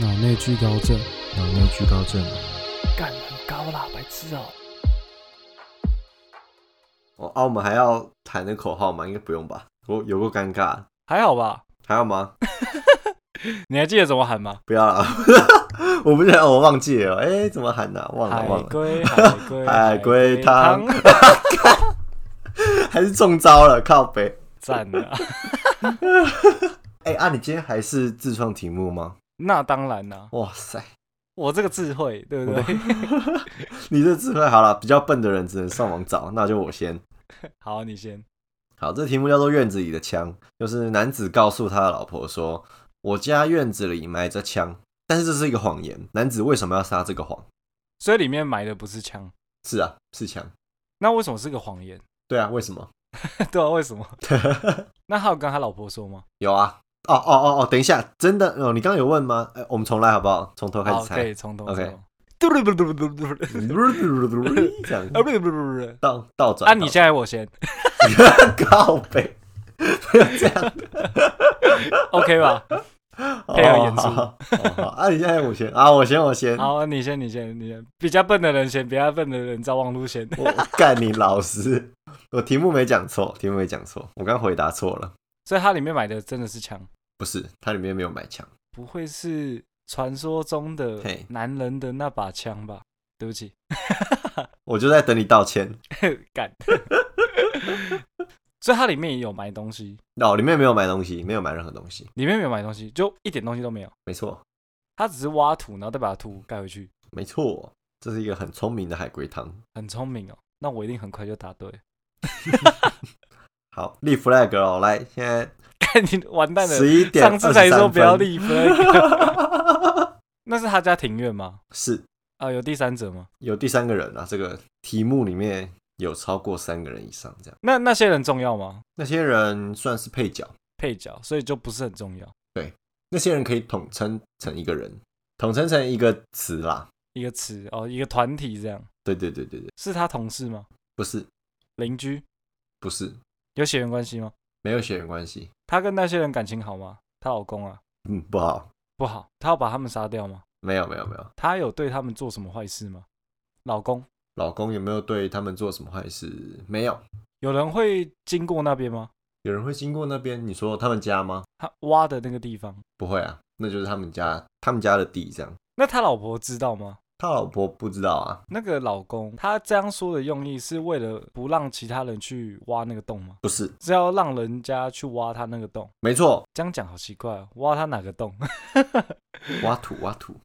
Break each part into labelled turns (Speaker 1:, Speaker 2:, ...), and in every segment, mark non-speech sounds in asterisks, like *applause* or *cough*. Speaker 1: 脑内聚高症。
Speaker 2: 脑内聚高症。
Speaker 3: 干很高啦，白痴哦、
Speaker 4: 哦，啊，我们还要喊那口号吗？应该不用吧？我有够尴尬，
Speaker 3: 还好吧？
Speaker 4: 还要吗？
Speaker 3: 你还记得怎么喊吗？
Speaker 4: 不要了， *laughs* 我不知道，我忘记了。哎、怎么喊呢、忘了，
Speaker 3: 海
Speaker 4: 忘了， *laughs*
Speaker 3: 龟，海龟，
Speaker 4: 海龟汤
Speaker 3: 汤， *laughs*
Speaker 4: 还是中招了，靠北。
Speaker 3: 赞啊！
Speaker 4: 哎、啊，你今天还是自创题目吗？
Speaker 3: 那当然啦、
Speaker 4: 哇塞，
Speaker 3: 我这个智慧，对不
Speaker 4: 嗯
Speaker 3: 对？
Speaker 4: 你这智慧好了，比较笨的人只能上网找，那就我先。
Speaker 3: *laughs* 好，你先。
Speaker 4: 好，这题目叫做《院子里的枪》，就是男子告诉他的老婆说：“我家院子里埋着枪。”但是这是一个谎言，男子为什么要撒这个谎？
Speaker 3: 所以里面埋的不是枪，
Speaker 4: 是啊，是枪。
Speaker 3: 那为什么是个谎言？ *laughs*
Speaker 4: 对啊，为什么？
Speaker 3: 对啊，为什
Speaker 4: *laughs*
Speaker 3: 么？那他有跟他老婆说吗？
Speaker 4: 有啊。哦哦哦哦，等一下，真的哦，你刚刚有问吗？哎，我们重来好不好？从头开
Speaker 3: 好，
Speaker 4: 始
Speaker 3: 可
Speaker 4: 猜
Speaker 3: 以。从头
Speaker 4: OK
Speaker 3: 说。 *laughs* 嘟噜噜噜噜噜噜噜
Speaker 4: *laughs*
Speaker 3: 噜
Speaker 4: 这样
Speaker 3: 啊，不是不是不是，
Speaker 4: 倒倒转。
Speaker 3: 啊，你现在我先 *laughs*
Speaker 4: 在靠背，不要这样。*laughs*
Speaker 3: ，OK 吧？ *laughs* 配合演出
Speaker 4: 哦。好好好啊，你现在我先啊，我先我先。
Speaker 3: 好，你先，你先，你先。比较笨的人先，比较笨的人照望路先。
Speaker 4: 我我干你老师，我题目没讲错，题目没讲错，我刚回答错了。
Speaker 3: 所以它里面买的真的是枪，
Speaker 4: 不是，它里面没有买枪。
Speaker 3: 不会是传说中的
Speaker 4: 嘿
Speaker 3: 男人的那把枪吧？对不起， *laughs*
Speaker 4: 我就在等你道歉。
Speaker 3: 干。 *laughs* 所以它里面也有买东西，
Speaker 4: 哦，里面没有买东西，没有买任何东西。
Speaker 3: 里面没有买东西，就一点东西都没有。
Speaker 4: 没错，
Speaker 3: 他只是挖土，然后再把土盖回去，
Speaker 4: 没错，这是一个很聪明的海龟汤。
Speaker 3: 很聪明哦。那我一定很快就答对。 *laughs*
Speaker 4: 好，立 flag 哦，来，现在
Speaker 3: 看你完蛋了，
Speaker 4: 十一点
Speaker 3: 上次才说不要
Speaker 4: 立，
Speaker 3: 立 flag，那 *laughs* 是他家庭院吗？
Speaker 4: 是
Speaker 3: 啊、有第三者吗？
Speaker 4: 有第三个人啊。这个题目里面有超过三个人以上，这样
Speaker 3: 那那些人重要吗？
Speaker 4: 那些人算是配角，
Speaker 3: 配角，所以就不是很重要。
Speaker 4: 那些人可以统称成一个人，统称成一个词啦。
Speaker 3: 一个词哦，一个团体这样，
Speaker 4: 对对对对对，
Speaker 3: 是他同事吗？
Speaker 4: 不是
Speaker 3: 邻居
Speaker 4: 不是，
Speaker 3: 有血缘关系吗？
Speaker 4: 没有血缘关系。
Speaker 3: 他跟那些人感情好吗？她老公啊
Speaker 4: 嗯，不好，
Speaker 3: 不好，他要把他们杀掉吗？
Speaker 4: 没有没有没有。
Speaker 3: 他有对他们做什么坏事吗？老公，
Speaker 4: 老公有没有对他们做什么坏事？没有。
Speaker 3: 有人会经过那边吗？
Speaker 4: 有人会经过那边，你说他们家吗？
Speaker 3: 他挖的那个地方，
Speaker 4: 不会啊，那就是他们家，他们家的地这样。
Speaker 3: 那他老婆知道吗？
Speaker 4: 他老婆不知道啊，
Speaker 3: 那个老公他这样说的用意是为了不让其他人去挖那个洞吗？
Speaker 4: 不是，
Speaker 3: 是要让人家去挖他那个洞？
Speaker 4: 没错，
Speaker 3: 这样讲好奇怪、哦，挖他哪个洞？ *laughs*
Speaker 4: 挖土挖土。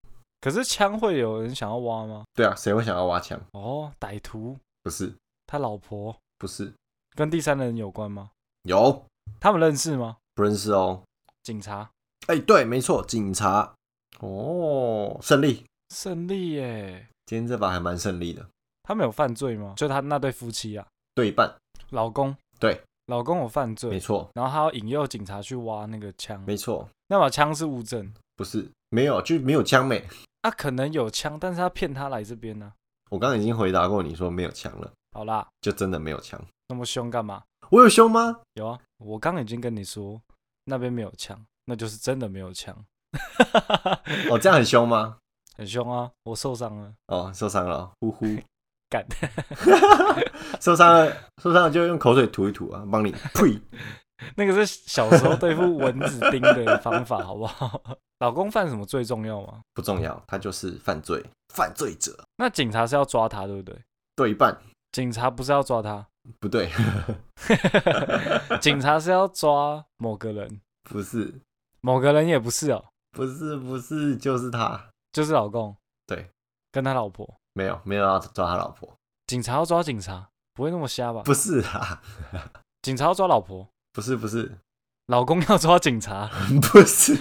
Speaker 3: 可是枪会有人想要挖吗？
Speaker 4: 对啊，谁会想要挖墙？
Speaker 3: 哦，歹徒
Speaker 4: 不是，
Speaker 3: 他老婆
Speaker 4: 不是，
Speaker 3: 跟第三人有关吗？
Speaker 4: 有
Speaker 3: 他们认识吗？
Speaker 4: 不认识哦。
Speaker 3: 警察
Speaker 4: 哎、对，没错，警察。哦，胜利，
Speaker 3: 胜利耶，
Speaker 4: 今天这把还蛮胜利的，
Speaker 3: 他们有犯罪吗？就他那对夫妻啊，
Speaker 4: 对半，
Speaker 3: 老公
Speaker 4: 对，
Speaker 3: 老公有犯
Speaker 4: 没
Speaker 3: 罪，
Speaker 4: 错，
Speaker 3: 然后他要引诱警察去挖那个枪，
Speaker 4: 没错，
Speaker 3: 那把枪是物证，
Speaker 4: 不是，没有，就没有枪妹。
Speaker 3: 啊，可能有枪，但是他骗他来这边呢、
Speaker 4: 我刚刚已经回答过你说没有枪了，
Speaker 3: 好啦，
Speaker 4: 就真的没有枪。
Speaker 3: 那么凶干嘛？
Speaker 4: 我有凶吗？
Speaker 3: 有啊，我刚已经跟你说那边没有枪，那就是真的没有枪，
Speaker 4: 哦，这样很凶吗？
Speaker 3: 很凶啊，我受伤了，
Speaker 4: 哦，受伤了，呼呼，
Speaker 3: 干， *laughs*
Speaker 4: 受伤了，受伤了就用口水吐一吐啊，帮你呸。
Speaker 3: 那个是小时候对付蚊子叮的
Speaker 4: *laughs*
Speaker 3: 方法，好不好？老公犯什么罪重要吗？
Speaker 4: 不重要，他就是犯罪犯罪者。
Speaker 3: 那警察是要抓他，对不对？
Speaker 4: 对半
Speaker 3: 警察不是要抓他，
Speaker 4: 不对， *laughs*
Speaker 3: 警察是要抓某个人，
Speaker 4: 不是
Speaker 3: 某个人也不是哦，
Speaker 4: 不是不是，就是他。
Speaker 3: 就是老公，
Speaker 4: 对，
Speaker 3: 跟他老婆。
Speaker 4: 没有没有要抓他老婆，
Speaker 3: 警察要抓警察，不会那么瞎吧？
Speaker 4: *laughs* 不是啊，
Speaker 3: 警察要抓老婆，
Speaker 4: 不是不是 *laughs*
Speaker 3: 老公要抓警察，
Speaker 4: 不是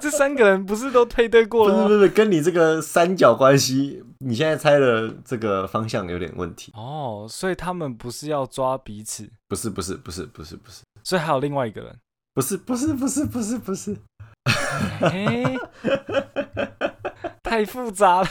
Speaker 3: 这三个人不是都配对过
Speaker 4: 不是
Speaker 3: 了
Speaker 4: 不
Speaker 3: 吗？
Speaker 4: 是，跟你这个三角关系，你现在猜的这个方向有点问题。
Speaker 3: 哦，所以他们不是要抓彼此，
Speaker 4: 不是不是不是不是不是
Speaker 3: 所以还有另外一个
Speaker 4: *laughs*
Speaker 3: 人。
Speaker 4: 不是不是不是不是不是，
Speaker 3: 哎、太复杂了。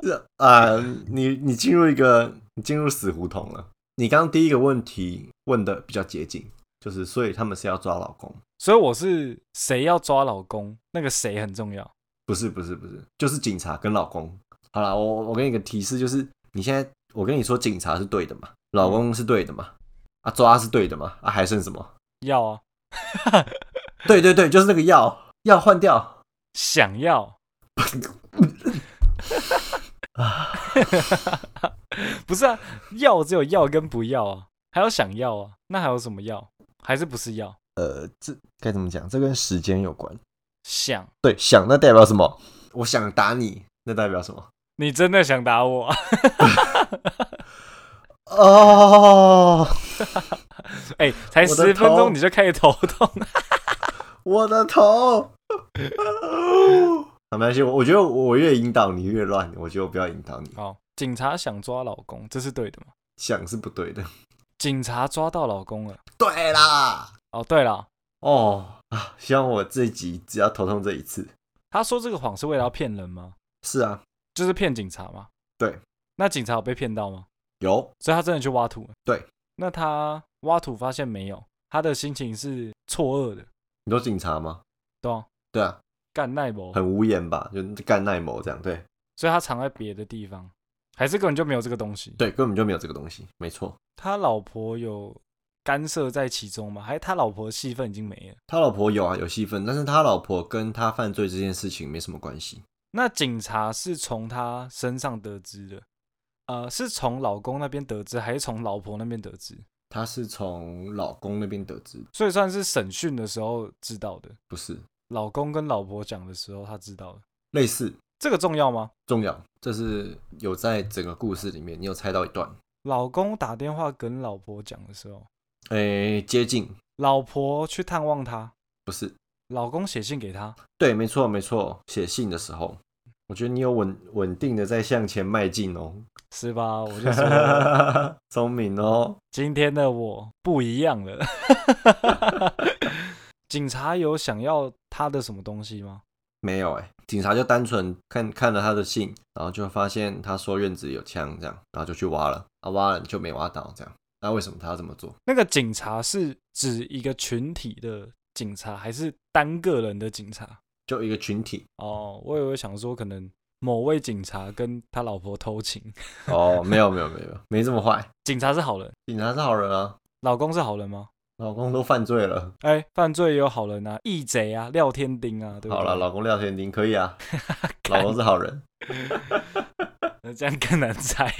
Speaker 4: 这啊，你你进入一个你进入死胡同了。你刚刚第一个问题问的比较接近，就是所以他们是要抓老公，
Speaker 3: 所以我是谁要抓老公，那个谁很重要。
Speaker 4: 不是不是不是，就是警察跟老公。好啦，我我给你个提示，就是你现在我跟你说警察是对的嘛，老公是对的嘛，啊抓是对的嘛，啊还剩什么？
Speaker 3: 要啊，
Speaker 4: *laughs* 对对对，就是那个药要换掉。
Speaker 3: 想要， *laughs* 不是啊，要只有要跟不要啊，还有想要啊，那还有什么要？还是不是要
Speaker 4: 呃，这该怎么讲？这跟时间有关。
Speaker 3: 想？
Speaker 4: 对，想那代表什么？我想打你，那代表什么？
Speaker 3: 你真的想打我？ *laughs*
Speaker 4: 哦，
Speaker 3: 哎、才
Speaker 4: 我的
Speaker 3: 十分
Speaker 4: 头
Speaker 3: 钟你就开始头痛， *laughs*
Speaker 4: 我的头。 *laughs* 好，没关系，我我觉得我越引导你越乱，我觉得我不要引导你，
Speaker 3: 好，警察想抓老公，这是对的吗？
Speaker 4: 想是不对的。
Speaker 3: 警察抓到老公了。
Speaker 4: 对啦，
Speaker 3: 哦，对了，
Speaker 4: 哦啊，希望我这一集只要头痛这一次。
Speaker 3: 他说这个谎是为了要骗人吗？
Speaker 4: 是啊，
Speaker 3: 就是骗警察吗？
Speaker 4: 对。
Speaker 3: 那警察有被骗到吗？
Speaker 4: 有
Speaker 3: 所以他真的去挖土了。
Speaker 4: 对。
Speaker 3: 那他挖土发现没有，他的心情是错愕的，
Speaker 4: 你说警察吗？
Speaker 3: 对吧？
Speaker 4: 对啊，
Speaker 3: 干耐博，
Speaker 4: 很无言吧，就干耐某这样。对
Speaker 3: 所以他藏在别的地方，还是根本就没有这个东西。
Speaker 4: 对，根本就没有这个东西，没错。
Speaker 3: 他老婆有干涉在其中吗？还是他老婆戏份已经没了？
Speaker 4: 他老婆有啊，有戏份，但是他老婆跟他犯罪这件事情没什么关系。
Speaker 3: 那警察是从他身上得知的，呃，是从老公那边得知，还是从老婆那边得知？
Speaker 4: 她是从老公那边得知，
Speaker 3: 所以算是审讯的时候知道的，
Speaker 4: 不是
Speaker 3: 老公跟老婆讲的时候他知道的，
Speaker 4: 类似
Speaker 3: 这个重要吗？
Speaker 4: 重要，这是有在整个故事里面，你有猜到一段，
Speaker 3: 老公打电话跟老婆讲的时候，
Speaker 4: 诶、接近
Speaker 3: 老婆去探望他，
Speaker 4: 不是，
Speaker 3: 老公写信给他，
Speaker 4: 对，没错没错，写信的时候，我觉得你有稳稳定的在向前迈进哦，
Speaker 3: 是吧？我 *laughs* 就说
Speaker 4: 聪明哦，
Speaker 3: 今天的我不一样了。 *laughs* 警察有想要他的什么东西吗？
Speaker 4: 没有诶、欸警察就单纯看看了他的信，然后就发现他说院子有枪这样，然后就去挖了，啊挖了就没挖到这样，那为什么他要这么做？
Speaker 3: 那个警察是指一个群体的警察，还是单个人的警察？
Speaker 4: 就一个群体
Speaker 3: 哦，我以为想说可能某位警察跟他老婆偷情，
Speaker 4: 哦， *laughs* 没有没有没有，没这么坏，
Speaker 3: 警察是好人，
Speaker 4: 警察是好人啊，
Speaker 3: 老公是好人吗？
Speaker 4: 老公都犯罪了。
Speaker 3: 哎，犯罪也有好人啊，义贼啊，廖天丁啊，对不对？
Speaker 4: 好了，老公廖天丁可以啊，
Speaker 3: 干
Speaker 4: *laughs* 老公是好人。
Speaker 3: 那这样更难
Speaker 4: *laughs*
Speaker 3: 猜、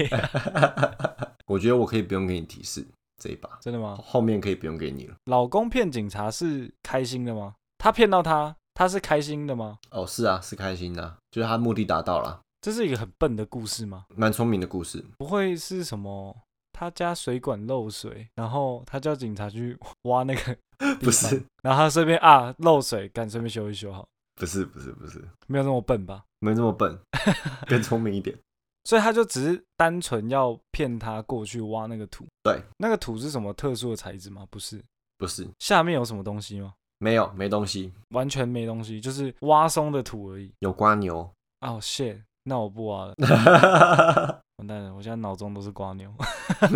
Speaker 4: 我觉得我可以不用给你提示这一把，
Speaker 3: 真的吗？
Speaker 4: 后面可以不用给你了。
Speaker 3: 老公骗警察是开心的吗？他骗到他，他是开心的吗？
Speaker 4: 哦，是啊，是开心的啊、就是他目的达到了，
Speaker 3: 这是一个很笨的故事吗？
Speaker 4: 蛮聪明的故事。
Speaker 3: 不会是什么他家水管漏水，然后他叫警察去挖那个
Speaker 4: *laughs* 不是，
Speaker 3: 然后他顺便啊漏水，赶顺便修一修好，
Speaker 4: 不是，不是，不是，
Speaker 3: 没有那么笨吧？
Speaker 4: 没那么 *laughs* 笨，更聪明一点。
Speaker 3: 所以他就只是单纯要骗他过去挖那个土。
Speaker 4: 对，
Speaker 3: 那个土是什么特殊的材质吗？不是，
Speaker 4: 不是，
Speaker 3: 下面有什么东西吗？
Speaker 4: 没有，没东西，
Speaker 3: 完全没东西，就是挖松的土而已。
Speaker 4: 有瓜牛。 *laughs*
Speaker 3: 哦、shit，那我不挖了，完蛋了，我现在脑中都是瓜牛，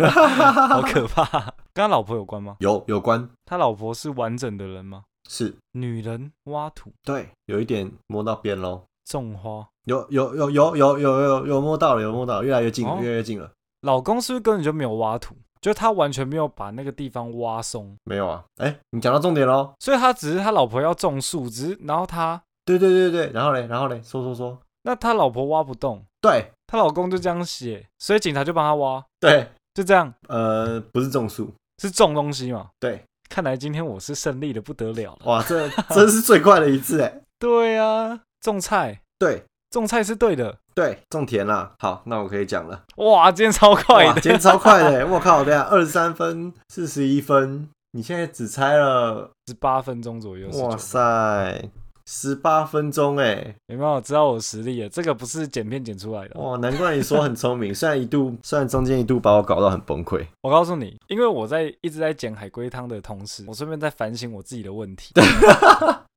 Speaker 3: 好可怕、跟他老婆有关吗？
Speaker 4: 有有关
Speaker 3: 他老婆是完整的人吗？
Speaker 4: 是
Speaker 3: 女人挖土
Speaker 4: 对，有一点摸到边喽。
Speaker 3: 种花，
Speaker 4: 有有有有有有有有摸到了，有摸到了，越来越近了，
Speaker 3: 哦
Speaker 4: 越来越近了。
Speaker 3: 老公是不是根本就没有挖土？就他完全没有把那个地方挖松，
Speaker 4: 没有啊，哎、你讲到重点喽。
Speaker 3: 所以他只是他老婆要种树，只是然后他
Speaker 4: 对对对对，然后嘞，然后嘞，说说说，
Speaker 3: 那他老婆挖不动，
Speaker 4: 对
Speaker 3: 她老公就这样写，所以警察就帮他挖，
Speaker 4: 对，
Speaker 3: 就这样
Speaker 4: 呃，不是种树，
Speaker 3: 是种东西嘛？
Speaker 4: 对，
Speaker 3: 看来今天我是胜利的不得了了。
Speaker 4: 哇，
Speaker 3: *laughs*
Speaker 4: 这真是最快的一次哎，
Speaker 3: 对啊，种菜，
Speaker 4: 对
Speaker 3: 种菜是对的。
Speaker 4: 对，种田啦，好，那我可以讲了，
Speaker 3: 哇，今天超快
Speaker 4: 哇，
Speaker 3: 的，
Speaker 4: 今天超快的，欸我靠，等一下二十三分四十一分，你现在只猜了，
Speaker 3: 十八分钟左右。
Speaker 4: 哇
Speaker 3: 哇塞，
Speaker 4: 塞，十八分钟哎，
Speaker 3: 有没有知道我实力了？这个不是剪片剪出来的。
Speaker 4: 哇，难怪你说很聪明，虽 *laughs* 然一度，虽然中间一度把我搞到很崩溃，
Speaker 3: 我告诉你，因为我在一直在剪海龟汤的同时，我顺便在反省我自己的问题，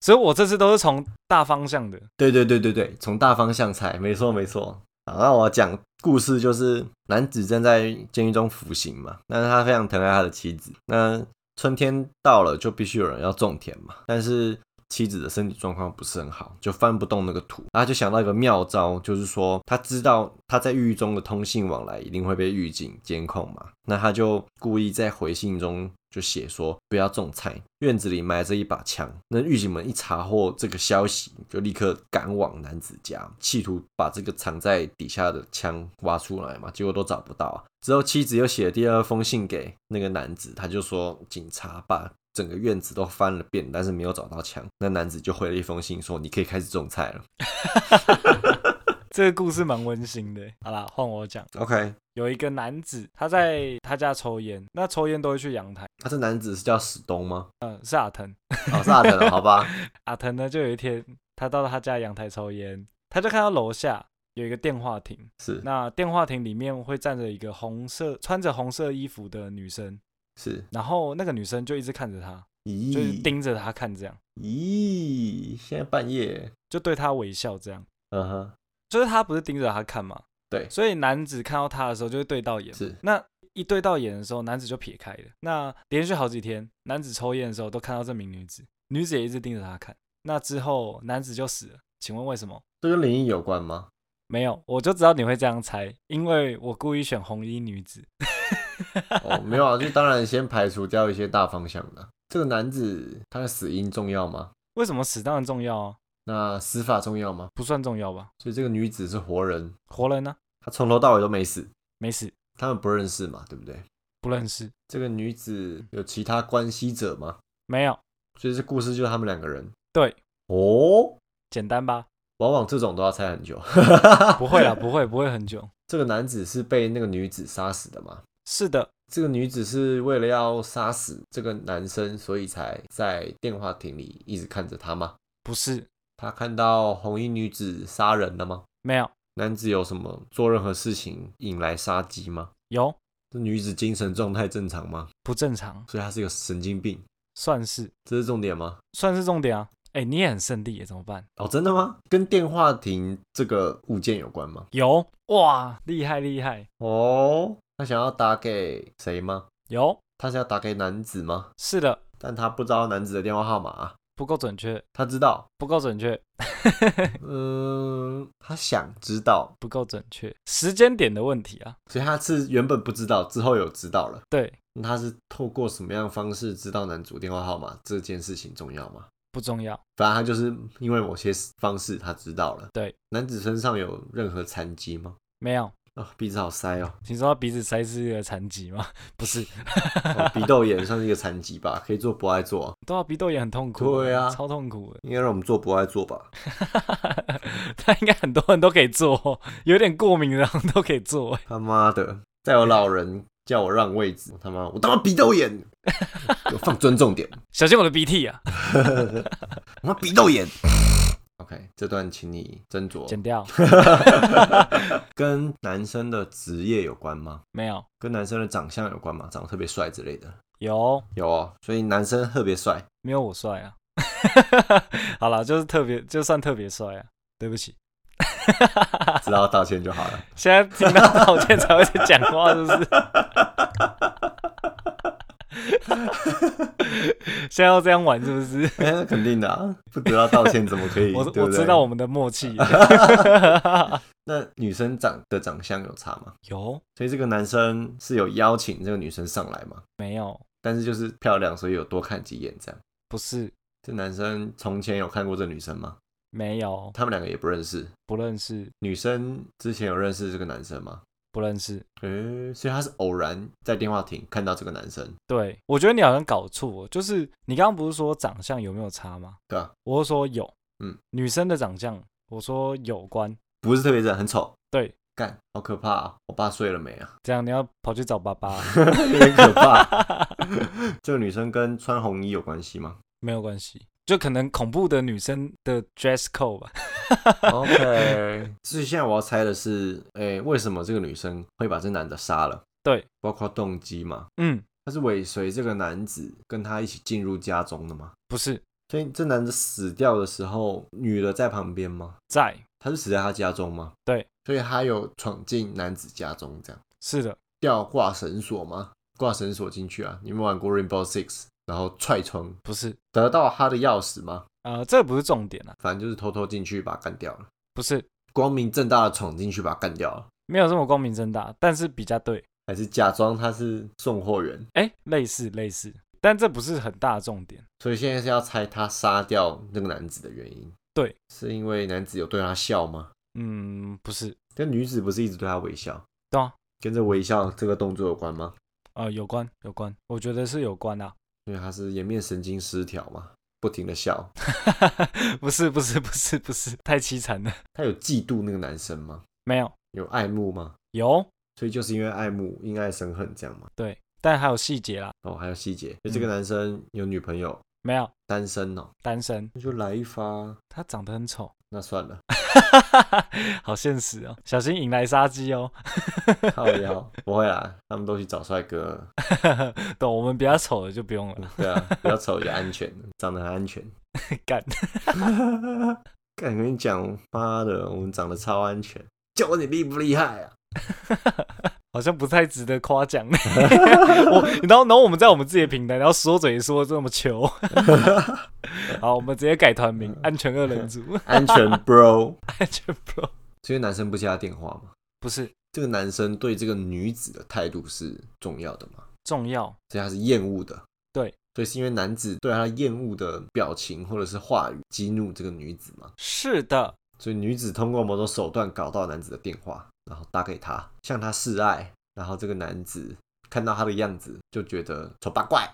Speaker 3: 所以我这次都是从大方向的。
Speaker 4: 对对对对对，从大方向猜，没错没错。好，那我讲故事就是男子正在监狱中服刑嘛，但是他非常疼爱他的妻子。那春天到了就必须有人要种田嘛，但是妻子的身体状况不是很好，就翻不动那个土，然后就想到一个妙招，就是说他知道他在狱中的通信往来一定会被狱警监控嘛，那他就故意在回信中就写说不要种菜，院子里埋着一把枪。那狱警们一查获这个消息，就立刻赶往男子家，企图把这个藏在底下的枪挖出来嘛，结果都找不到啊。之后妻子又写了第二封信给那个男子，他就说警察把整个院子都翻了遍，但是没有找到枪。那男子就回了一封信说你可以开始种菜了。
Speaker 3: 这个故事蛮温馨的。好啦，换我讲。
Speaker 4: OK，啊
Speaker 3: 有一个男子，他在他家抽烟，那抽烟都会去阳台。
Speaker 4: 他、这男子是叫史东吗？
Speaker 3: 嗯、是阿腾。
Speaker 4: 哦，是阿德了，好吧。
Speaker 3: 阿腾呢，就有一天他到他家阳台抽烟，他就看到楼下有一个电话亭，
Speaker 4: 是
Speaker 3: 那电话亭里面会站着一个红色穿着红色衣服的女生，
Speaker 4: 是，
Speaker 3: 然后那个女生就一直看着他，就是
Speaker 4: 咦
Speaker 3: 盯着他看，这样
Speaker 4: 咦，现在半夜，
Speaker 3: 就对他微笑，这样
Speaker 4: 嗯哼，
Speaker 3: 就是他不是盯着他看嘛，
Speaker 4: 对
Speaker 3: 所以男子看到他的时候就会对到眼，
Speaker 4: 是
Speaker 3: 那一对到眼的时候，男子就撇开了。那连续好几天，男子抽烟的时候都看到这名女子，女子也一直盯着他看。那之后，男子就死了。请问为什么？
Speaker 4: 这跟灵异有关吗？
Speaker 3: 没有，我就知道你会这样猜，因为我故意选红衣女子。
Speaker 4: 哦，没有啊，就当然先排除掉一些大方向的。这个男子他的死因重要吗？
Speaker 3: 为什么死当然重要啊，
Speaker 4: 那死法重要吗？
Speaker 3: 不算重要吧？
Speaker 4: 所以这个女子是活人，
Speaker 3: 活人呢、
Speaker 4: 她从头到尾都没死，
Speaker 3: 没死，
Speaker 4: 他们不认识嘛，对不对？
Speaker 3: 不认识，
Speaker 4: 这个女子有其他关系者吗？
Speaker 3: 没有，
Speaker 4: 所以这故事就是他们两个人。
Speaker 3: 对，
Speaker 4: 哦，
Speaker 3: 简单吧？
Speaker 4: 往往这种都要猜很久。 *laughs* 啊
Speaker 3: 不会啦，不会，不会很久。
Speaker 4: 这个男子是被那个女子杀死的吗？
Speaker 3: 是的，
Speaker 4: 这个女子是为了要杀死这个男生，所以才在电话亭里一直看着他吗？
Speaker 3: 不是，
Speaker 4: 他看到红衣女子杀人了吗？
Speaker 3: 没有，
Speaker 4: 男子有什么做任何事情引来杀机吗？
Speaker 3: 有
Speaker 4: 这女子精神状态正常吗？
Speaker 3: 不正常，
Speaker 4: 所以她是一个神经病，
Speaker 3: 算是
Speaker 4: 这是重点吗？
Speaker 3: 算是重点啊。哎，你也很胜利耶，怎么办？
Speaker 4: 哦，真的吗？跟电话亭这个物件有关吗？
Speaker 3: 有哇，厉害厉害，
Speaker 4: 哦，他想要打给谁吗？
Speaker 3: 有
Speaker 4: 他是要打给男子吗？
Speaker 3: 是的，
Speaker 4: 但他不知道男子的电话号码、
Speaker 3: 不够准确，
Speaker 4: 他知道，
Speaker 3: 不够准确，
Speaker 4: 嗯，他想知道，
Speaker 3: 不够准确，时间点的问题啊。
Speaker 4: 所以他是原本不知道，之后有知道了。
Speaker 3: 对，
Speaker 4: 那他是透过什么样的方式知道男主电话号码这件事情重要吗？
Speaker 3: 不重要，
Speaker 4: 反正他就是因为某些方式他知道了。
Speaker 3: 对，
Speaker 4: 男子身上有任何残疾吗？
Speaker 3: 没有。
Speaker 4: 啊、鼻子好塞哦，
Speaker 3: 听说他鼻子塞是一个残疾吗？ *laughs* 不是，
Speaker 4: 哦鼻窦炎算是一个残疾吧，可以做博爱做、啊，
Speaker 3: 对啊，鼻窦炎很痛苦，
Speaker 4: 对啊
Speaker 3: 超痛苦的。 *laughs*
Speaker 4: 应该让我们做博爱做吧。
Speaker 3: 他应该很多人都可以做，有点过敏的然后都可以做。 *laughs*
Speaker 4: 他妈的，再有老人叫我让位置，我他妈我他妈鼻窦炎，给我放尊重点，
Speaker 3: 小心我的鼻涕啊！
Speaker 4: 我妈鼻窦炎。OK，这段请你斟 *laughs* 酌。
Speaker 3: 剪掉，
Speaker 4: 跟男生的职业有关吗？
Speaker 3: 没有，
Speaker 4: 跟男生的长相有关吗？长得特别帅之类的？
Speaker 3: 有
Speaker 4: 有哦，所以男生特别帅。
Speaker 3: 没有我帅啊？ *laughs* 好了，就是特别，就算特别帅啊。对不起，
Speaker 4: 知道道歉就好了。 *laughs*
Speaker 3: 现在听到道歉才会讲话，是不是？现在要这样玩是不是？
Speaker 4: 哎、那肯定的、啊，不得到道歉怎么可以？
Speaker 3: 我
Speaker 4: 对不
Speaker 3: 我
Speaker 4: 对
Speaker 3: 知道我们的默契
Speaker 4: 那女生长的长相有差吗？
Speaker 3: *laughs* 有
Speaker 4: 所以这个男生是有邀请这个女生上来嘛？
Speaker 3: 没有？
Speaker 4: 但是就是漂亮，所以有多看几眼这样。
Speaker 3: 不是
Speaker 4: 这男生从前有看过这女生吗？
Speaker 3: 没有，
Speaker 4: 他们两个也不认识。
Speaker 3: 不认识
Speaker 4: 女生之前有认识这个男生吗？
Speaker 3: 不认识。
Speaker 4: 诶、所以他是偶然在电话亭看到这个男生，
Speaker 3: 对，我觉得你好像搞错，就是你刚刚不是说长相有没有差吗？
Speaker 4: 对吧、
Speaker 3: 我是说有，
Speaker 4: 嗯，
Speaker 3: 女生的长相，我说有关。
Speaker 4: 不是特别正，很丑。
Speaker 3: 对，
Speaker 4: 干，好可怕、啊！我爸睡了没
Speaker 3: *laughs*
Speaker 4: 啊？
Speaker 3: 这样你要跑去找爸啊爸，
Speaker 4: 有点可怕。
Speaker 3: *laughs*
Speaker 4: 这个女生跟穿红衣有关系吗
Speaker 3: 没有关系，就可能恐怖的女生的 dress code 吧。
Speaker 4: ？OK，所以现在我要猜的是，诶、为什么这个女生会把这男的杀了？
Speaker 3: 对，
Speaker 4: 包括动机嘛？
Speaker 3: 嗯，
Speaker 4: 她是尾随这个男子跟他一起进入家中的吗？
Speaker 3: 不是
Speaker 4: 所以这男的死掉的时候，女的在旁边吗？
Speaker 3: 在，
Speaker 4: 他是死在他家中吗？
Speaker 3: 对，
Speaker 4: 所以他有闯进男子家中，这样
Speaker 3: 是的，
Speaker 4: 吊挂绳索吗？挂绳索进去啊。你们玩过 Rainbow Six，然后踹窗
Speaker 3: 不是，
Speaker 4: 得到他的钥匙吗？
Speaker 3: 呃，这个不是重点啊，
Speaker 4: 反正就是偷偷进去把他干掉了，
Speaker 3: 不是
Speaker 4: 光明正大的闯进去把他干掉了，
Speaker 3: 没有这么光明正大，但是比较对，
Speaker 4: 还是假装他是送货员？
Speaker 3: 哎，类似类似，但这不是很大的重点，
Speaker 4: 所以现在是要猜他杀掉那个男子的原因。
Speaker 3: 对，
Speaker 4: 是因为男子有对他笑吗？
Speaker 3: 嗯，不是，
Speaker 4: 跟女子不是一直对他微笑，
Speaker 3: 对啊，
Speaker 4: 跟这微笑这个动作有关吗？
Speaker 3: 呃，有关有关，我觉得是有关啊，
Speaker 4: 因为他是颜面神经失调嘛，不停的笑。
Speaker 3: *laughs* 不是不是不是不是，太凄惨了，
Speaker 4: 他有嫉妒那个男生吗？
Speaker 3: 没有
Speaker 4: 有爱慕吗？
Speaker 3: 有
Speaker 4: 所以就是因为爱慕，因爱生恨这样嘛。
Speaker 3: 对，但还有细节啦，
Speaker 4: 哦，还有细节，就这个男生有女朋友，
Speaker 3: 嗯没有
Speaker 4: 单身哦，
Speaker 3: 单身，
Speaker 4: 那就来一发，
Speaker 3: 他长得很丑， *laughs*
Speaker 4: 那算了，
Speaker 3: 好现实哦，小心引来杀机哦。
Speaker 4: 靠腰，不会啦，他们都去找帅哥，
Speaker 3: 懂，我们比较丑的就不用了。
Speaker 4: 对啊，比较丑也安全，长得很安全。 *laughs*
Speaker 3: *laughs* 干，
Speaker 4: 干，跟你讲，妈的，我们长得超安全，就问你厉不厉害啊？
Speaker 3: 好像不太值得夸奖。 *laughs* 我，然后，然后我们在我们自己的平台，然后说嘴说这么糗。好，我们直接改团名，安全二人组，
Speaker 4: 安
Speaker 3: *laughs*
Speaker 4: 全 bro。
Speaker 3: 安全 pro。
Speaker 4: 所以男生不接他电话吗？
Speaker 3: 不是
Speaker 4: 这个男生对这个女子的态度是重要的吗？
Speaker 3: 重要，
Speaker 4: 所以他是厌恶的。
Speaker 3: 对，
Speaker 4: 所以是因为男子对他厌恶的表情或者是话语激怒这个女子嘛？
Speaker 3: 是的，
Speaker 4: 所以女子通过某种手段搞到男子的电话，然后打给他，向他示爱，然后这个男子看到他的样子就觉得丑八
Speaker 3: *laughs*
Speaker 4: 怪，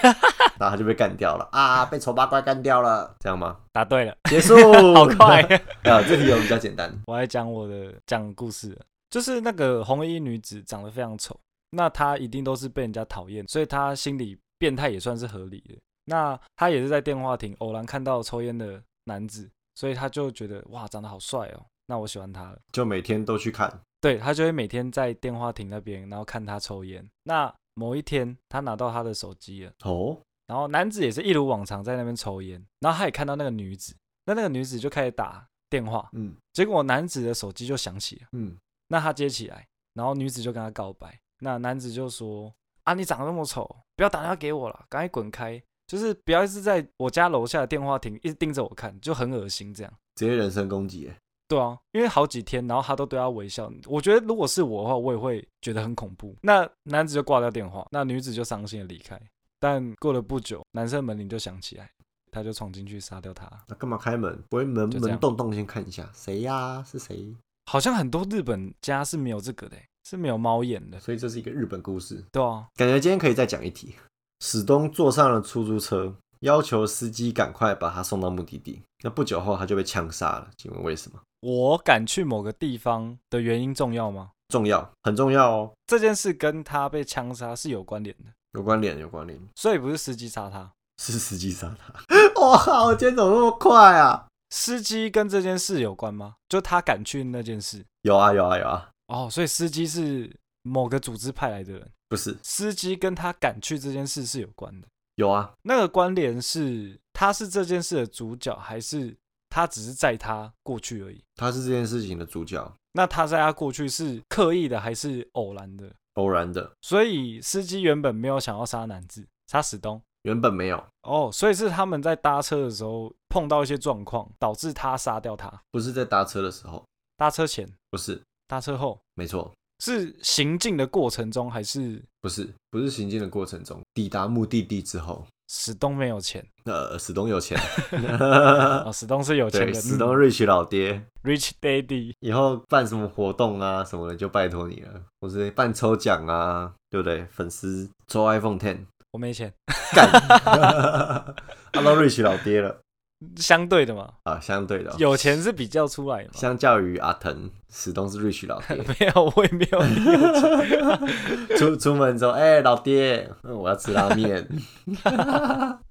Speaker 4: 然后他就被干掉了啊，被丑八怪干掉了，这样吗？
Speaker 3: 答对了，
Speaker 4: 结束，
Speaker 3: *laughs* 好快。
Speaker 4: *laughs* 啊！这题有比较简单，
Speaker 3: 我来讲我的讲故事了，就是那个红衣女子长得非常丑，那她一定都是被人家讨厌，所以她心里变态也算是合理的。那她也是在电话亭偶然看到抽烟的男子，所以她就觉得哇，长得好帅哦，那我喜欢他了。
Speaker 4: 就每天都去看，
Speaker 3: 对她就会每天在电话亭那边，然后看他抽烟。那某一天，她拿到他的手机了，
Speaker 4: 哦，
Speaker 3: 然后男子也是一如往常在那边抽烟，然后他也看到那个女子，那那个女子就开始打电话，
Speaker 4: 嗯
Speaker 3: 结果男子的手机就响起了。
Speaker 4: 嗯，
Speaker 3: 那他接起来，然后女子就跟他告白，那男子就说：“啊，你长得那么丑，不要打电话给我了，赶快滚开！就是不要一直在我家楼下的电话亭一直盯着我看，就很恶心这样。”
Speaker 4: 直接人身攻击耶，
Speaker 3: 对啊，因为好几天，然后他都对他微笑。我觉得如果是我的话，我也会觉得很恐怖。那男子就挂掉电话，那女子就伤心的离开。但过了不久，男生门铃就响起来，他就闯进去杀掉他。
Speaker 4: 那干嘛开门？不会门
Speaker 3: 就这样
Speaker 4: 门洞洞先看一下，谁呀、是谁？
Speaker 3: 好像很多日本家是没有这个的欸，是没有猫眼的。
Speaker 4: 所以这是一个日本故事，
Speaker 3: 对啊，
Speaker 4: 感觉今天可以再讲一题。史东坐上了出租车，要求司机赶快把他送到目的地。那不久后他就被枪杀了，请问为什么？
Speaker 3: 我敢去某个地方的原因重要吗？
Speaker 4: 重要，很重要哦，
Speaker 3: 这件事跟他被枪杀是有关联的，
Speaker 4: 有关联，有关联，
Speaker 3: 所以不是司机杀他，
Speaker 4: 是司机杀他。 *laughs* 哇靠，今天怎么那么快啊？
Speaker 3: 司机跟这件事有关吗？就他敢去那件事
Speaker 4: 有啊，有啊，有啊，
Speaker 3: 哦，所以司机是某个组织派来的人，
Speaker 4: 不是，
Speaker 3: 司机跟他敢去这件事是有关的。
Speaker 4: 有啊，
Speaker 3: 那个关联是他是这件事的主角，还是他只是载他过去而已？
Speaker 4: 他是这件事情的主角，
Speaker 3: 那他载他过去是刻意的还是偶然的？
Speaker 4: 偶然的，
Speaker 3: 所以司机原本没有想要杀男子，杀史东，
Speaker 4: 原本没有，
Speaker 3: 哦，所以是他们在搭车的时候碰到一些状况，导致他杀掉他。
Speaker 4: 不是在搭车的时候，
Speaker 3: 搭车前、
Speaker 4: 不是，
Speaker 3: 搭车后，
Speaker 4: 没错，
Speaker 3: 是行进的过程中，还是
Speaker 4: 不是，不是行进的过程中，抵达目的地之后，
Speaker 3: 史东没有钱？
Speaker 4: 呃，史东有钱， *laughs*
Speaker 3: 哦，史东是有钱
Speaker 4: 呃对，
Speaker 3: 人，
Speaker 4: 史东
Speaker 3: 嗯
Speaker 4: rich 老爹，
Speaker 3: Rich Daddy。
Speaker 4: 以后办什么活动啊什么的，就拜托你了，或是办抽奖啊，对不对？粉丝抽 iPhone Ten，
Speaker 3: 我没钱，
Speaker 4: 干，阿都 rich 老爹了
Speaker 3: 相对的嘛，
Speaker 4: 啊，相对的哦、
Speaker 3: 有钱是比较出来的嘛。
Speaker 4: 相较于阿腾，史东是 rich 老爹。
Speaker 3: 没有，我也没有你有钱，
Speaker 4: 出出门之后，哎、老爹，嗯我要吃拉面。
Speaker 3: *laughs*
Speaker 4: *laughs*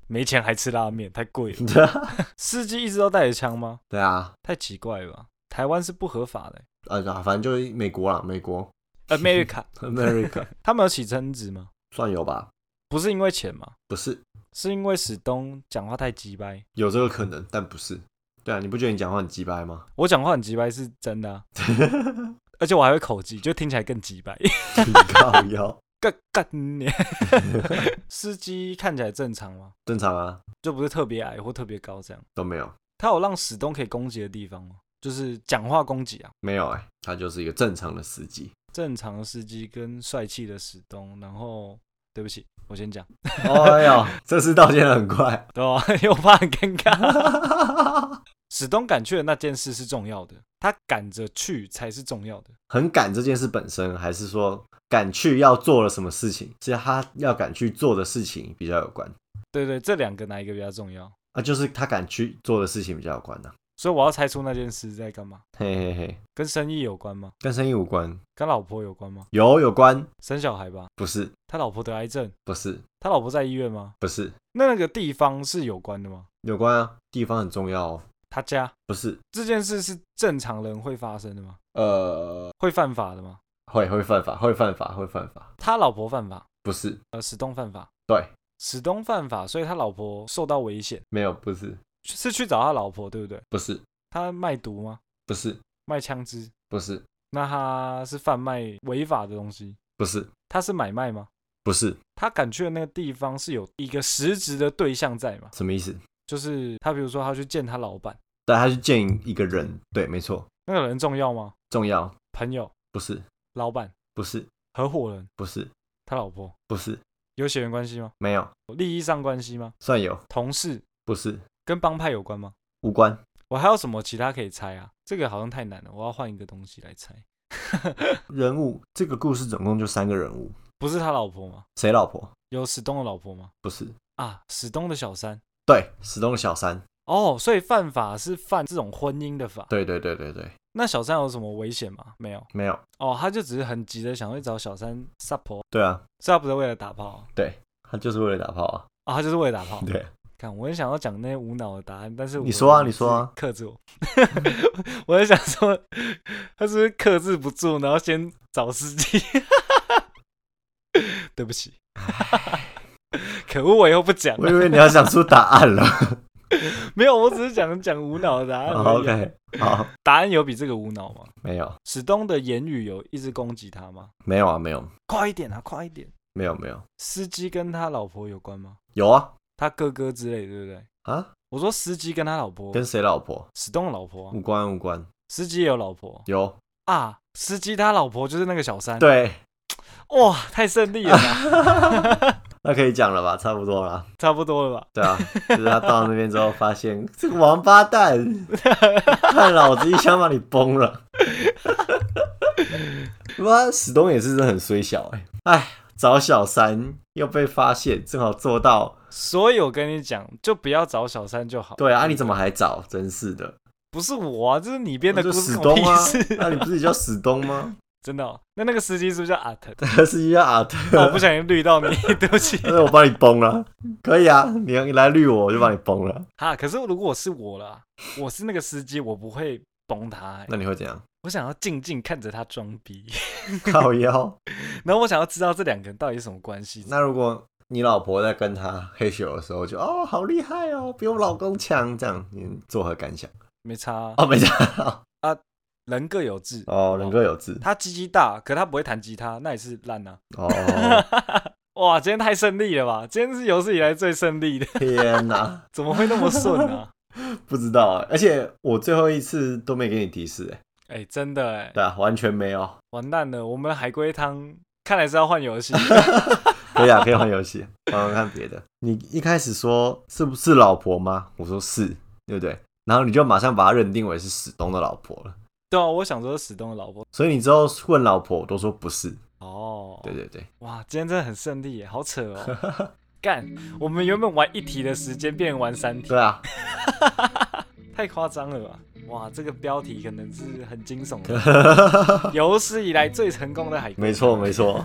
Speaker 3: 没钱还吃拉面，太贵了。司机一直都带着枪吗？
Speaker 4: 啊对啊，
Speaker 3: 太奇怪了吧？台湾是不合法的。欸
Speaker 4: 呃，反正就是美国啦，美国 *laughs*
Speaker 3: America， *laughs*
Speaker 4: America
Speaker 3: 他们有起争执吗？
Speaker 4: 算有吧？
Speaker 3: 不是因为钱吗？
Speaker 4: 不是，
Speaker 3: 是因为史东讲话太急掰。
Speaker 4: 有这个可能，但不是。对啊，你不觉得你讲话很鸡掰
Speaker 3: *laughs*
Speaker 4: 吗？ *laughs*
Speaker 3: 我讲话很急掰是真的啊、而且我还会口技，就听起来更急掰。
Speaker 4: 靠腰，
Speaker 3: *laughs* 干干你！ *laughs* 司机看起来正常吗？
Speaker 4: 正常啊，
Speaker 3: 就不是特别矮或特别高这样。
Speaker 4: 都没有，
Speaker 3: 他有让史东可以攻击的地方吗？就是讲话攻击啊，
Speaker 4: 没有哎、他就是一个正常的司机。
Speaker 3: 正常的司机跟帅气的史东，然后。对不起，我先讲，
Speaker 4: 哎呦， *laughs* 这次道歉得很快。
Speaker 3: 对吧、 *laughs* 因为我怕很尴尬。史东赶去的那件事是重要的，他赶着去才是重要的。
Speaker 4: 很赶这件事本身，还是说赶去要做了什么事情，是他要赶去做的事情比较有关
Speaker 3: 对对，这两个哪一个比较重要？
Speaker 4: 啊？就是他赶去做的事情比较有关呐、啊。
Speaker 3: 所以我要猜出那件事在干嘛，
Speaker 4: 嘿嘿嘿，
Speaker 3: 跟生意有关吗？
Speaker 4: 跟生意无关，
Speaker 3: 跟老婆有关吗？
Speaker 4: 有有关，
Speaker 3: 生小孩吧？
Speaker 4: 不是
Speaker 3: 他老婆得癌症，
Speaker 4: 不是
Speaker 3: 他老婆在医院吗？
Speaker 4: 不是
Speaker 3: 那那个地方是有关的吗？
Speaker 4: 有关啊，地方很重要哦。
Speaker 3: 他家
Speaker 4: 不是，
Speaker 3: 这件事是正常人会发生的吗？
Speaker 4: 呃，
Speaker 3: 会犯法的吗？
Speaker 4: 会会犯法，会犯法，会犯法，
Speaker 3: 他老婆犯法，
Speaker 4: 不是，
Speaker 3: 呃，史东犯法，
Speaker 4: 对，
Speaker 3: 史东犯法，所以他老婆受到危险，
Speaker 4: 没有，不是，
Speaker 3: 是去找他老婆，对不对？
Speaker 4: 不是，
Speaker 3: 他卖毒吗？
Speaker 4: 不是，
Speaker 3: 卖枪支？
Speaker 4: 不是，
Speaker 3: 那他是贩卖违法的东西？
Speaker 4: 不是，
Speaker 3: 他是买卖吗？
Speaker 4: 不是，
Speaker 3: 他赶去的那个地方是有一个实质的对象在嘛？
Speaker 4: 什么意思？
Speaker 3: 就是他，比如说他去见他老板，
Speaker 4: 带他去见一个人，对，没错，
Speaker 3: 那个人重要吗？
Speaker 4: 重要，
Speaker 3: 朋友、
Speaker 4: 不是，
Speaker 3: 老板、
Speaker 4: 不是，
Speaker 3: 合伙人、
Speaker 4: 不是，
Speaker 3: 他老婆
Speaker 4: 不是，
Speaker 3: 有血缘关系吗？
Speaker 4: 没有，
Speaker 3: 利益上关系吗？
Speaker 4: 算有，
Speaker 3: 同事
Speaker 4: 不是，
Speaker 3: 跟帮派有关吗？
Speaker 4: 无关，
Speaker 3: 我还有什么其他可以猜啊？这个好像太难了，我要换一个东西来猜。 *laughs*
Speaker 4: 人物，这个故事总共就三个人物，
Speaker 3: 不是他老婆吗？
Speaker 4: 谁老婆？
Speaker 3: 有史东的老婆吗？
Speaker 4: 不是，
Speaker 3: 啊，史东的小三。
Speaker 4: 对，史东的小三，
Speaker 3: 哦，所以犯法是犯这种婚姻的法。
Speaker 4: 对对对对对，
Speaker 3: 那小三有什么危险吗？没有。
Speaker 4: 没有，
Speaker 3: 哦，他就只是很急的想去找小三 support，
Speaker 4: 对啊，
Speaker 3: 所以他不是为了打炮
Speaker 4: 对他就是为了打炮啊，
Speaker 3: 啊、他就是为了打炮。
Speaker 4: 对， *laughs*
Speaker 3: 看，我很想要讲那些无脑的答案，但是我
Speaker 4: 你说啊你说啊，
Speaker 3: 克制我。 *laughs* 我在想说，他是不是克制不住，然后先找司机？ *laughs* 对不起，可恶，我以后不讲
Speaker 4: 我。以为你要想出答案了。
Speaker 3: 没有，我只是讲讲无脑的答案而已。
Speaker 4: OK，好，
Speaker 3: 答案有比这个无脑吗？
Speaker 4: 没有，
Speaker 3: 史东的言语有一直攻击他吗？
Speaker 4: 没有啊，没有，
Speaker 3: 快一点啊，快一点！
Speaker 4: 没有，没有，
Speaker 3: 司机跟他老婆有关吗？
Speaker 4: 有啊
Speaker 3: 他哥哥之类，对不对？
Speaker 4: 啊，
Speaker 3: 我说司机跟他老婆，
Speaker 4: 跟嗯谁老婆？
Speaker 3: 史东的老婆啊、
Speaker 4: 无关无关，
Speaker 3: 司机也有老婆
Speaker 4: 有
Speaker 3: 啊，司机他老婆就是那个小三。
Speaker 4: 对，
Speaker 3: 哇，太胜利了吧， *laughs*
Speaker 4: 那可以讲了吧，差不多了。
Speaker 3: 差不多了吧？
Speaker 4: 对啊，就是他到那边之后发现 *laughs* 这个王八蛋， *laughs* 看老子一枪把你崩了。 *laughs* 妈，史东也是真的很衰小哎、欸，哎，找小三又被发现，正好做到。
Speaker 3: 所以我跟你讲，就不要找小三就好。
Speaker 4: 对啊，你怎么还找？真是的，
Speaker 3: 不是我啊？这是你编的
Speaker 4: 那
Speaker 3: 故
Speaker 4: 就
Speaker 3: 事，
Speaker 4: 史
Speaker 3: 关我
Speaker 4: 东
Speaker 3: 屁
Speaker 4: 啊，
Speaker 3: 事
Speaker 4: *laughs* 那、你不是叫史东吗？
Speaker 3: *laughs* 真的、哦？那那个司机是不是叫阿腾？
Speaker 4: 他是一叫阿特，
Speaker 3: 哦 *laughs* 我不小心绿到你，对不起。
Speaker 4: 但是我帮你崩了，可以啊，你你来绿我，我就帮你崩了。
Speaker 3: 哈，啊可是如果是我啦，我是那个司机，我不会崩他、欸
Speaker 4: 那你会怎
Speaker 3: *laughs*
Speaker 4: 样？
Speaker 3: 我想要静静看着他装逼， *laughs*
Speaker 4: 靠腰。
Speaker 3: 然后我想要知道这两个人到底是什么关系。
Speaker 4: 那如果你老婆在跟他黑咻的时候就，哦好厉害哦，比我老公强，这样你作何感想？
Speaker 3: 没差啊、
Speaker 4: *laughs* 哦，没错，
Speaker 3: 人各有志。
Speaker 4: 哦，人各有志，
Speaker 3: 他鸡鸡大，可他不会弹吉他，那也是烂啊！
Speaker 4: 哦， *laughs*
Speaker 3: 哇，今天太胜利了吧！今天是有史以来最胜利的，
Speaker 4: 天哪、
Speaker 3: 怎么会那么顺啊？
Speaker 4: 不知道欸，而且我最后一次都没给你提示，哎，
Speaker 3: 哎、真的哎、
Speaker 4: 对啊，完全没有，
Speaker 3: 完蛋了！我们的海龟汤看来是要换游戏。
Speaker 4: *laughs* 可以啊，可以换游 *laughs* 戏，玩玩看别的。你一开始说是不是老婆吗？我说是，对不对？然后你就马上把她认定为是史东的老婆了，
Speaker 3: 对啊，我想说史东的老婆。
Speaker 4: 所以你之后问老婆，我都说不是，
Speaker 3: 哦，
Speaker 4: 对对对，
Speaker 3: 哇，今天真的很胜利耶，好扯哦！
Speaker 4: *laughs*
Speaker 3: 干，我们原本玩一题的时间变成玩三题，
Speaker 4: 对啊，
Speaker 3: 太夸张了吧？哇，这个标
Speaker 4: *laughs*
Speaker 3: 题可能是很惊悚的，有史以来最成功的海龟。
Speaker 4: 没错没错，